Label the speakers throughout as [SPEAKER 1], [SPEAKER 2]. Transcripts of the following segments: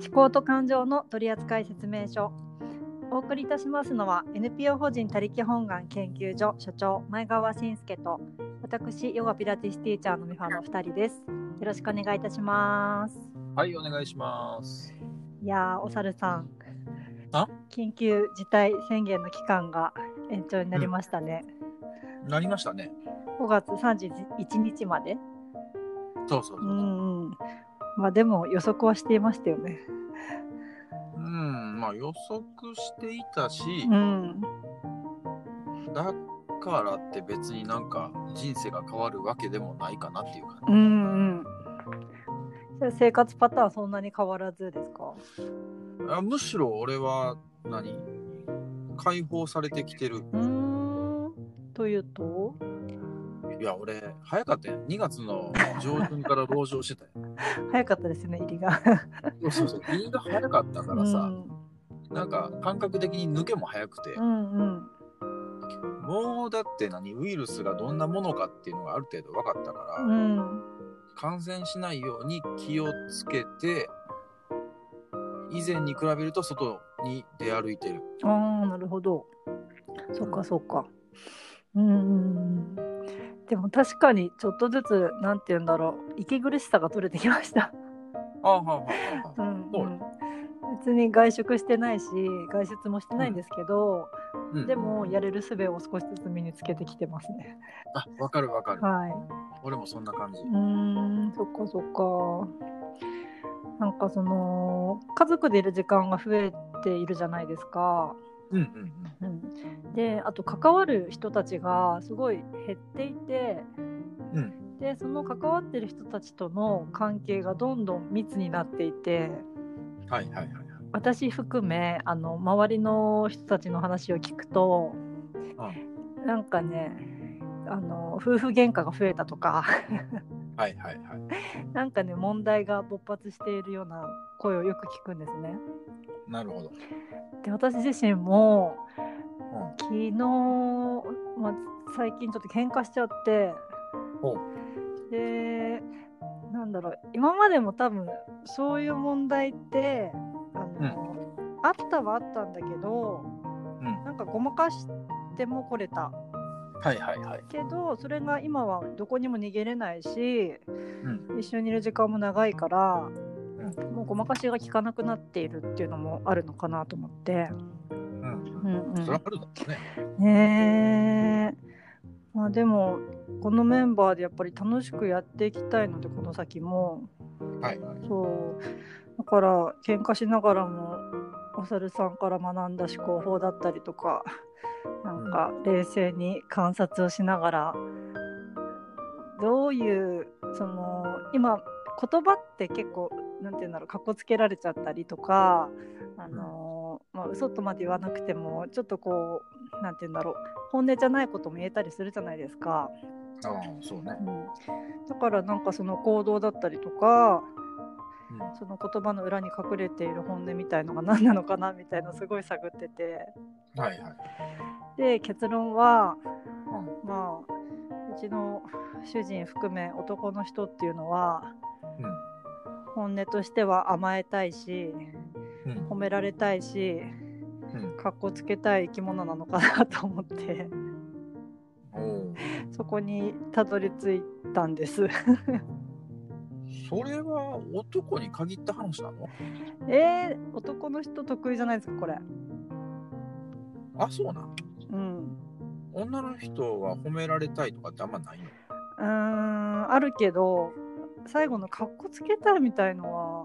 [SPEAKER 1] 思考と感情の取扱説明書お送りいたしますのは NPO 法人他力本願研究所所長前川信介と私ヨガピラティスティーチャーの美ファの2人ですよろしくお願いいたします
[SPEAKER 2] はい、お願いします。
[SPEAKER 1] いやーお猿さん
[SPEAKER 2] あ
[SPEAKER 1] 緊急事態宣言の期間が延長になりましたね、
[SPEAKER 2] なりましたね。
[SPEAKER 1] 5月31日まで
[SPEAKER 2] そうそうそうう。
[SPEAKER 1] んうんまあでも予測はしていましたよね
[SPEAKER 2] うん、まあ予測していたし
[SPEAKER 1] う、ん
[SPEAKER 2] だからって別になんか人生が変わるわけでもないかなっていう
[SPEAKER 1] うん
[SPEAKER 2] 感
[SPEAKER 1] うん。じゃあ生活パターンそんなに変わらずですか。
[SPEAKER 2] じ。あむしろ俺は何解放されてきてる。
[SPEAKER 1] うーん。というと、
[SPEAKER 2] いや、俺、早かったよ。2月の上旬から籠城 してたよ。
[SPEAKER 1] 早かったですね入りが。
[SPEAKER 2] そうそうそう。入りが早かったからさ、
[SPEAKER 1] う
[SPEAKER 2] なんか感覚的に抜けも早くて、
[SPEAKER 1] ん、うんうん。
[SPEAKER 2] もうだって何ウイルスがどんなものかっていうのがある程度分かったから、
[SPEAKER 1] うん。
[SPEAKER 2] 感染しないように気をつけて以前に比べると外に出歩いてる
[SPEAKER 1] ああなるほど。そっかそっか。うんうんうん。でも確かにちょっとずつなんて言うんだろう息苦しさが取れてきました。
[SPEAKER 2] ああはあはあ
[SPEAKER 1] う
[SPEAKER 2] はあ
[SPEAKER 1] ん、。
[SPEAKER 2] そううん
[SPEAKER 1] 別に外食してないし外出もしてないんですけど、
[SPEAKER 2] うん
[SPEAKER 1] でもやれる術を少しずつ身につけてきてますね。
[SPEAKER 2] あわかるわかる
[SPEAKER 1] はい。
[SPEAKER 2] 俺もそんな感じ
[SPEAKER 1] うーんそっかそっかなんかその家族でいる時間が増えているじゃないですか、
[SPEAKER 2] うんうん
[SPEAKER 1] うん、であと関わる人たちがすごい減っていて
[SPEAKER 2] うん
[SPEAKER 1] でその関わってる人たちとの関係がどんどん密になっていて
[SPEAKER 2] うんはいはいはいはい
[SPEAKER 1] 私含めあの周りの人たちの話を聞くとなんかねあの夫婦喧嘩が増えたとか
[SPEAKER 2] はいはいはい
[SPEAKER 1] なんかね問題が勃発しているような声をよく聞くんですね。
[SPEAKER 2] なるほど
[SPEAKER 1] で私自身も、昨
[SPEAKER 2] うん
[SPEAKER 1] 日、まあ、最近ちょっと喧嘩しちゃって
[SPEAKER 2] ほ
[SPEAKER 1] でなんだろう今までも多分そういう問題ってあの、あったはあったんだけど
[SPEAKER 2] うん
[SPEAKER 1] なんかごまかしてもこれた
[SPEAKER 2] はいはいはい
[SPEAKER 1] けどそれが今はどこにも逃げれないし、
[SPEAKER 2] う
[SPEAKER 1] 一緒にいる時間も長いから、
[SPEAKER 2] う
[SPEAKER 1] もうごまかしが効かなくなっているっていうのもあるのかなと思って。
[SPEAKER 2] うん
[SPEAKER 1] うんうん
[SPEAKER 2] それはあるだろうね
[SPEAKER 1] ねえまあでもこのメンバーでやっぱり楽しくやっていきたいのでこの先も
[SPEAKER 2] はいはい
[SPEAKER 1] そうだから喧嘩しながらもお猿さんから学んだ思考法だったりとかなんか冷静に観察をしながらどういうその今言葉って結構なんて言うんだろうかっこつけられちゃったりとかあのーまあ嘘とまで言わなくてもちょっとこうなんて言うんだろう本音じゃないことも言えたりするじゃないですか。
[SPEAKER 2] ああそうね
[SPEAKER 1] うんだからなんかその行動だったりとか
[SPEAKER 2] うん
[SPEAKER 1] その言葉の裏に隠れている本音みたいのが何なのかなみたいなすごい探ってて
[SPEAKER 2] はいはい
[SPEAKER 1] で結論は
[SPEAKER 2] う
[SPEAKER 1] まあうちの主人含め男の人っていうのは
[SPEAKER 2] ん
[SPEAKER 1] 本音としては甘えたいし
[SPEAKER 2] うん
[SPEAKER 1] 褒められたいし
[SPEAKER 2] うん
[SPEAKER 1] かっこつけたい生き物なのかなと思って
[SPEAKER 2] おー
[SPEAKER 1] そこにたどり着いたんです。
[SPEAKER 2] それは男に限った話なの
[SPEAKER 1] えー、男の人得意じゃないですかこれ。
[SPEAKER 2] あそうなん
[SPEAKER 1] うん
[SPEAKER 2] 女の人は褒められたいとかってあんまないの
[SPEAKER 1] うーんあるけど最後のかっこつけたみたいのは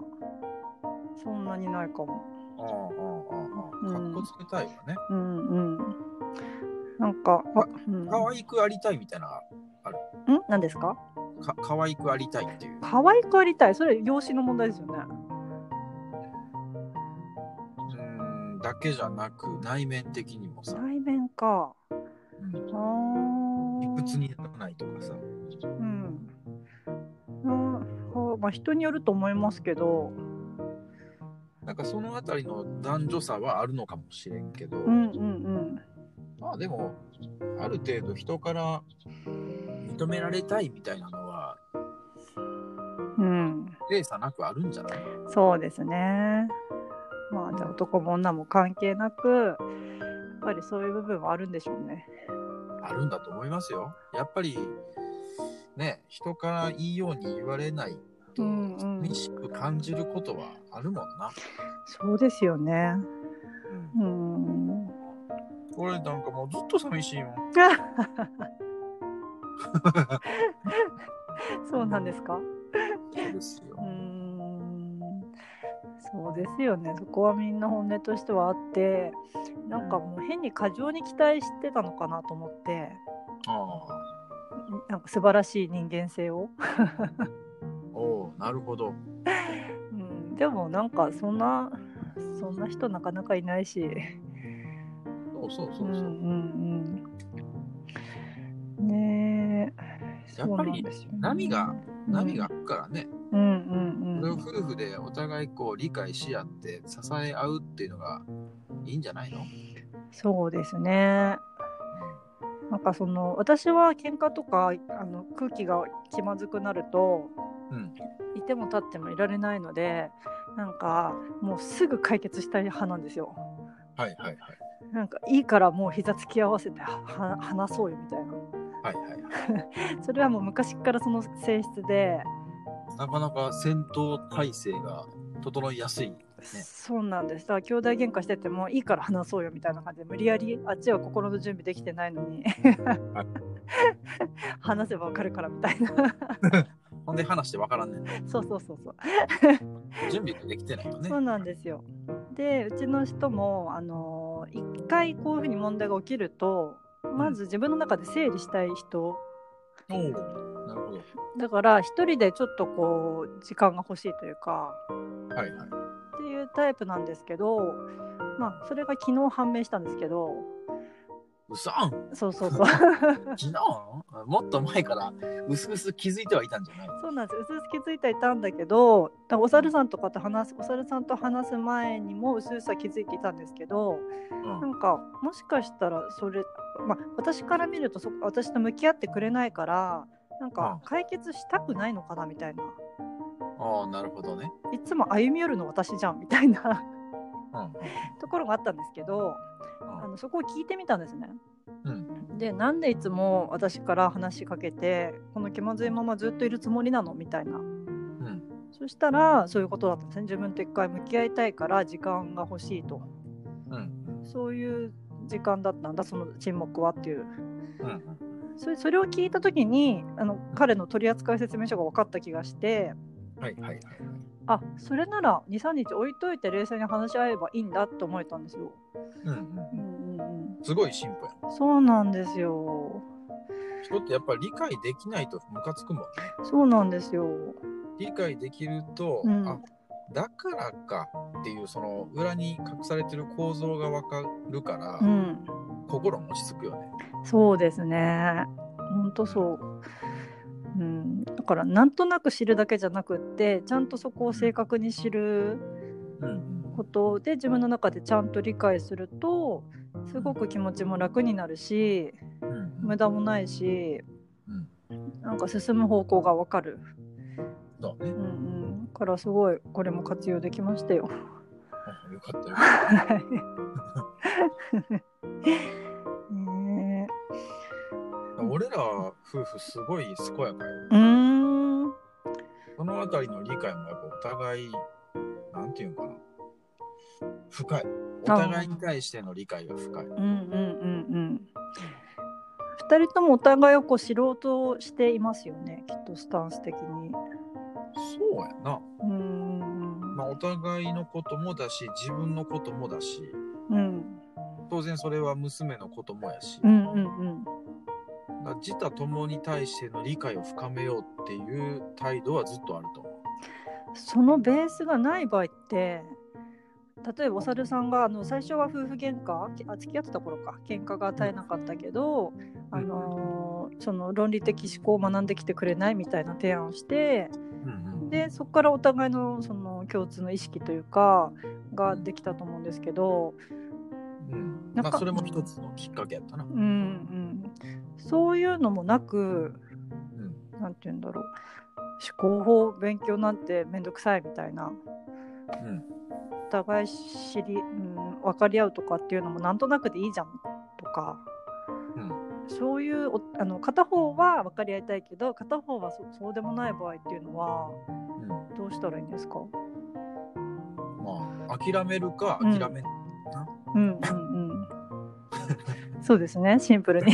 [SPEAKER 1] そんなにないかも。
[SPEAKER 2] ああああああ
[SPEAKER 1] うん
[SPEAKER 2] かっこつけたいよね。
[SPEAKER 1] うんうん。なんか、わうん、
[SPEAKER 2] 可愛くありたいみたいな、
[SPEAKER 1] ん何ですか
[SPEAKER 2] か可愛くありたいっていう。
[SPEAKER 1] 可愛くありたいそれ容姿の問題ですよね。
[SPEAKER 2] うーんだけじゃなく内面的にもさ、
[SPEAKER 1] 対面か。
[SPEAKER 2] うん
[SPEAKER 1] あ
[SPEAKER 2] 理
[SPEAKER 1] ー
[SPEAKER 2] 屈にならないとかさ。
[SPEAKER 1] うん。うんあまあ人によると思いますけど。
[SPEAKER 2] なんかそのあたりの男女差はあるのかもしれんけど、
[SPEAKER 1] うんうん
[SPEAKER 2] まあでもある程度人から認められたいみたいなのは
[SPEAKER 1] うん。うん。
[SPEAKER 2] レーさなくあるんじゃない
[SPEAKER 1] そうですね。まあ、じゃあ男も女も関係なく、やっぱりそういう部分はあるんでしょうね。
[SPEAKER 2] あるんだと思いますよ。やっぱり、ね、人からいいように言われないと、
[SPEAKER 1] うんうん
[SPEAKER 2] 寂しく感じることはあるもんな。
[SPEAKER 1] そうですよね。うん。
[SPEAKER 2] 俺なんかもうずっと寂しいもん。
[SPEAKER 1] そうなんですか。
[SPEAKER 2] そうですよ
[SPEAKER 1] う。ん。そうですよね。そこはみんな本音としてはあって、なんかもう変に過剰に期待してたのかなと思って、
[SPEAKER 2] あ
[SPEAKER 1] なんか素晴らしい人間性を。
[SPEAKER 2] あ、おうなるほど。
[SPEAKER 1] うん。でもなんかそんなそんな人なかなかいないし。
[SPEAKER 2] そうそう
[SPEAKER 1] う
[SPEAKER 2] そ
[SPEAKER 1] ん
[SPEAKER 2] うそう。
[SPEAKER 1] うんうん。ねえ。
[SPEAKER 2] やっぱり
[SPEAKER 1] そうなんですよね
[SPEAKER 2] 波が波があるからね、
[SPEAKER 1] うん
[SPEAKER 2] こ
[SPEAKER 1] う
[SPEAKER 2] れ
[SPEAKER 1] ん
[SPEAKER 2] を
[SPEAKER 1] うん。
[SPEAKER 2] 夫婦でお互いこう理解し合って支え合うっていうのがいいんじゃないの、
[SPEAKER 1] そうですね。なんかその私は喧嘩とかあの空気が気まずくなると、
[SPEAKER 2] うん
[SPEAKER 1] いても立ってもいられないのでなんかもうすぐ解決したい派なんですよ。
[SPEAKER 2] はいはいはい
[SPEAKER 1] なんかいいからもう膝つき合わせては話そうよみたいな
[SPEAKER 2] はいはいは
[SPEAKER 1] それはもう昔からその性質で、
[SPEAKER 2] いなかなか戦闘体制が整いやすい
[SPEAKER 1] そうなんですだから兄弟喧嘩しててもいいから話そうよみたいな感じで無理やりあっちは心の準備できてないのに 話せばわかるからみたいな
[SPEAKER 2] ほんで話してわからんねん
[SPEAKER 1] そうそうそうそう
[SPEAKER 2] 準備ができてないよね
[SPEAKER 1] そうなんですよ。でうちの人もあのー一回こういうふうに問題が起きるとまず自分の中で整理したい人
[SPEAKER 2] おおなるほど
[SPEAKER 1] だから一人でちょっとこう時間が欲しいというか
[SPEAKER 2] はいは
[SPEAKER 1] っ
[SPEAKER 2] い
[SPEAKER 1] ていうタイプなんですけど、まあ、それが昨日判明したんですけど
[SPEAKER 2] うそん
[SPEAKER 1] そうそうそう
[SPEAKER 2] 昨日もっと前からうすうす気づいてはいたんじゃない
[SPEAKER 1] そうなんですうすうす気づいていたんだけどだからお猿さんとかと話すお猿さんと話す前にもうすうすは気づいていたんですけど
[SPEAKER 2] うん
[SPEAKER 1] なんかもしかしたらそれ、まあ、私から見るとそ私と向き合ってくれないからなんか
[SPEAKER 2] う
[SPEAKER 1] 解決したくないのかなみたいな、
[SPEAKER 2] ああなるほどね
[SPEAKER 1] いつも歩み寄るの私じゃんみたいな
[SPEAKER 2] うん
[SPEAKER 1] ところがあったんですけどあのそこを聞いてみたんですね。
[SPEAKER 2] うん
[SPEAKER 1] でなんでいつも私から話しかけてこの気まずいままずっといるつもりなのみたいな
[SPEAKER 2] うん
[SPEAKER 1] そしたらそういうことだったんですね自分と一回向き合いたいから時間が欲しいと
[SPEAKER 2] うん
[SPEAKER 1] そういう時間だったんだその沈黙はっていう
[SPEAKER 2] うん
[SPEAKER 1] それそれを聞いた時にあの彼の取扱説明書が分かった気がして
[SPEAKER 2] はいはいはい
[SPEAKER 1] あそれなら23日置いといて冷静に話し合えばいいんだって思えたんですよ。
[SPEAKER 2] うんうん
[SPEAKER 1] うんうん
[SPEAKER 2] すごい進歩や
[SPEAKER 1] うん、そうなんですよ。
[SPEAKER 2] 人ってやっぱり理解できないとムカつくもんね
[SPEAKER 1] そうなんですよ。
[SPEAKER 2] 理解できると、
[SPEAKER 1] うん
[SPEAKER 2] あだからかっていうその裏に隠されてる構造がわかるから、
[SPEAKER 1] うん、
[SPEAKER 2] 心も落ち着くよね。
[SPEAKER 1] そうですね。本当そう。うん、だからなんとなく知るだけじゃなくってちゃんとそこを正確に知る
[SPEAKER 2] うん
[SPEAKER 1] ことで自分の中でちゃんと理解するとすごく気持ちも楽になるし
[SPEAKER 2] うん
[SPEAKER 1] 無駄もないし、なんか進む方向がわかる、
[SPEAKER 2] そうね
[SPEAKER 1] うんうん、だからすごいこれも活用できましたよ。
[SPEAKER 2] あよかったよかっ
[SPEAKER 1] ね
[SPEAKER 2] た。俺ら夫婦すごい健やかよ。
[SPEAKER 1] えうーん
[SPEAKER 2] そのあたりの理解もやっぱお互いなんていうのかな深い。お互いに対しての理解が深い。
[SPEAKER 1] うんうんうんうん2人ともお互いをこう知ろうとしていますよねきっとスタンス的に。
[SPEAKER 2] そうやな。
[SPEAKER 1] うーん
[SPEAKER 2] まあお互いのこともだし自分のこともだし
[SPEAKER 1] うん
[SPEAKER 2] 当然それは娘のこともやし。
[SPEAKER 1] うんうんうん
[SPEAKER 2] だから自他共に対しての理解を深めようっていう態度はずっとあると思
[SPEAKER 1] そのベースがない場合って例えばお猿さんがあの最初は夫婦喧嘩けあ付き合ってた頃か喧嘩が絶えなかったけど、あのーその論理的思考を学んできてくれないみたいな提案をして
[SPEAKER 2] う。うん
[SPEAKER 1] でそこからお互いのその共通の意識というかができたと思うんですけど、
[SPEAKER 2] うんうん、
[SPEAKER 1] なんか
[SPEAKER 2] まあそれも一つのきっかけやったな。
[SPEAKER 1] うんうん、そういうのもなく
[SPEAKER 2] うん
[SPEAKER 1] なんて言うんだろう思考法勉強なんてめんどくさいみたいな
[SPEAKER 2] うん
[SPEAKER 1] お互い知り、うん、分かり合うとかっていうのもなんとなくでいいじゃんとか
[SPEAKER 2] うん
[SPEAKER 1] そういうおあの片方は分かり合いたいけど片方はそそうでもない場合っていうのは
[SPEAKER 2] うん
[SPEAKER 1] どうしたらいいんですか
[SPEAKER 2] まあ諦めるか
[SPEAKER 1] うん
[SPEAKER 2] 諦め、
[SPEAKER 1] うんうんうん。そうですね、シンプルに。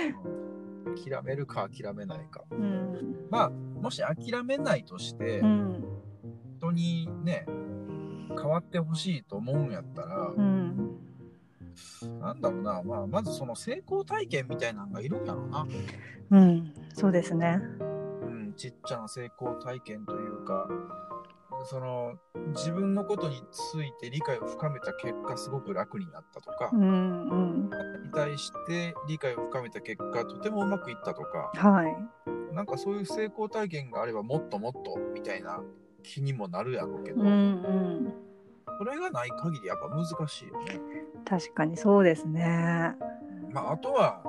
[SPEAKER 2] 諦めるか諦めないか
[SPEAKER 1] うん。
[SPEAKER 2] まあもし諦めないとして、
[SPEAKER 1] うん。
[SPEAKER 2] 人にね変わってほしいと思うんやったら、
[SPEAKER 1] うん。
[SPEAKER 2] なんだろうな、まあ、まずその成功体験みたいなのがいるんやろうな、
[SPEAKER 1] うん。そうですね。
[SPEAKER 2] うん、ちっちゃな成功体験というかその自分のことについて理解を深めた結果すごく楽になったとか
[SPEAKER 1] う、ん。うん。
[SPEAKER 2] に対して理解を深めた結果とてもうまくいったとか
[SPEAKER 1] はい。
[SPEAKER 2] なんかそういう成功体験があればもっともっとみたいな気にもなるやろうけど、
[SPEAKER 1] うん。うん。
[SPEAKER 2] それがない限りやっぱ難しいよね。
[SPEAKER 1] 確かにそうですね。
[SPEAKER 2] まあ、あとは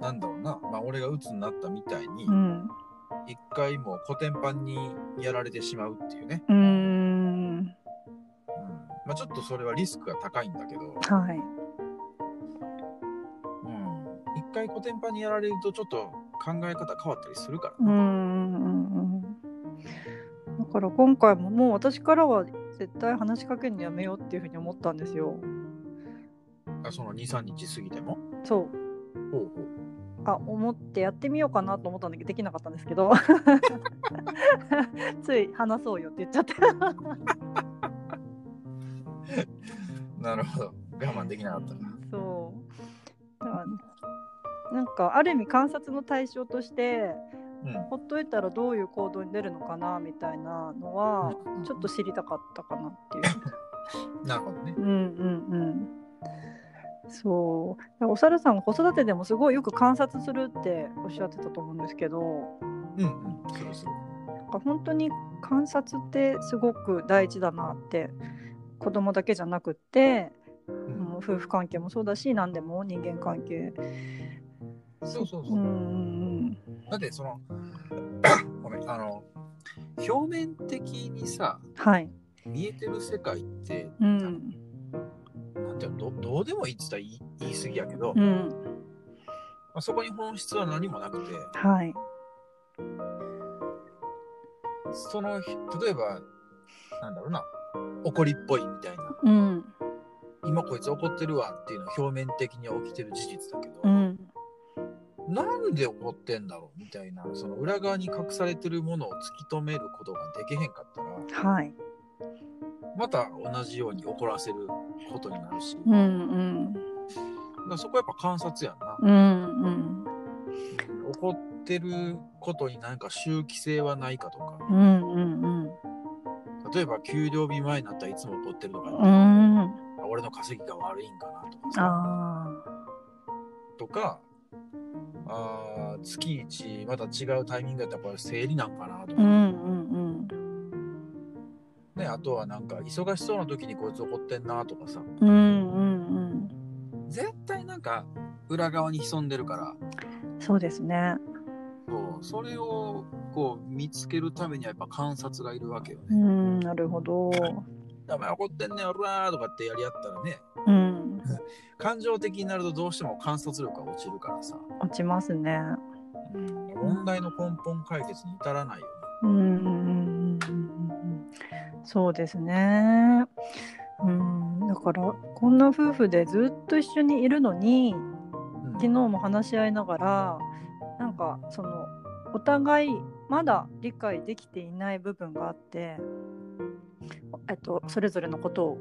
[SPEAKER 2] なんだろうな、まあ、俺が鬱になったみたいに
[SPEAKER 1] うん。
[SPEAKER 2] 一回もうコテンパンにやられてしまうっていうね、
[SPEAKER 1] うん。
[SPEAKER 2] うんまあ、ちょっとそれはリスクが高いんだけど、
[SPEAKER 1] はい。
[SPEAKER 2] うん、一回コテンパンにやられるとちょっと考え方変わったりするから
[SPEAKER 1] うん。うん。うんだから今回ももう私からは絶対話しかけるのやめようっていうふうに思ったんですよ。
[SPEAKER 2] あその23日過ぎても。
[SPEAKER 1] そう。
[SPEAKER 2] ほうほう
[SPEAKER 1] あ思ってやってみようかなと思ったんだけどできなかったんですけど つい話そうよって言っちゃって
[SPEAKER 2] なるほど我慢できなかったな。
[SPEAKER 1] そうだからなんかある意味観察の対象として
[SPEAKER 2] うん
[SPEAKER 1] ほっといたらどういう行動に出るのかなみたいなのはちょっと知りたかったかなっていう。
[SPEAKER 2] なるほどね。
[SPEAKER 1] うんうんうんそうだからお猿さんが子育てでもすごいよく観察するっておっしゃってたと思うんですけど、
[SPEAKER 2] うんうん。そうそう。
[SPEAKER 1] なんか本当に観察ってすごく大事だなって子供だけじゃなくって、
[SPEAKER 2] うん
[SPEAKER 1] もう夫婦関係もそうだし何でも人間関係
[SPEAKER 2] そうそう
[SPEAKER 1] う
[SPEAKER 2] そう。
[SPEAKER 1] ん
[SPEAKER 2] だってそのごめんあの表面的にさ
[SPEAKER 1] はい
[SPEAKER 2] 見えてる世界って、
[SPEAKER 1] うん
[SPEAKER 2] なんていうのどどうでもいいって言ったら言い言い過ぎやけど、
[SPEAKER 1] う
[SPEAKER 2] ま
[SPEAKER 1] ん
[SPEAKER 2] あ、そこに本質は何もなくて
[SPEAKER 1] はい
[SPEAKER 2] その例えばなんだろうな怒りっぽいみたいな
[SPEAKER 1] うん
[SPEAKER 2] 今こいつ怒ってるわっていうのは表面的に起きてる事実だけど、
[SPEAKER 1] うん
[SPEAKER 2] なんで怒ってんだろうみたいなその裏側に隠されてるものを突き止めることができへんかったら
[SPEAKER 1] はい
[SPEAKER 2] また同じように怒らせることになるし、
[SPEAKER 1] う
[SPEAKER 2] だ
[SPEAKER 1] んうん
[SPEAKER 2] からそこはやっぱ観察やんな。
[SPEAKER 1] うんうん
[SPEAKER 2] 怒ってることに何か周期性はないかとか
[SPEAKER 1] うんうん
[SPEAKER 2] 例えば給料日前になったらいつも怒ってるとか、
[SPEAKER 1] うんうん
[SPEAKER 2] 俺の稼ぎが悪いんかなとかさ
[SPEAKER 1] あ
[SPEAKER 2] とかあー月一また違うタイミングやったらこれ生理なんかな
[SPEAKER 1] ー
[SPEAKER 2] と
[SPEAKER 1] うん
[SPEAKER 2] か、
[SPEAKER 1] うん
[SPEAKER 2] ね、あとはなんか忙しそうな時にこいつ怒ってんなとかさ
[SPEAKER 1] うんうんうん
[SPEAKER 2] 絶対なんか裏側に潜んでるから
[SPEAKER 1] うんそうですね
[SPEAKER 2] そうそれをこう見つけるためにはやっぱ観察がいるわけよ
[SPEAKER 1] う
[SPEAKER 2] ね。
[SPEAKER 1] んなるほど
[SPEAKER 2] お前怒ってんねんおらーとかってやり合ったらね
[SPEAKER 1] うん
[SPEAKER 2] 感情的になるとどうしても観察力が落ちるからさ、
[SPEAKER 1] 落ちますね
[SPEAKER 2] 問題の根本解決に至らないよ
[SPEAKER 1] うんうんうんうんそうですね。うん、だからこんな夫婦でずっと一緒にいるのに
[SPEAKER 2] ね。
[SPEAKER 1] 昨日も話し合いながらなんかそのお互いまだ理解できていない部分があって、えっと、それぞれのことを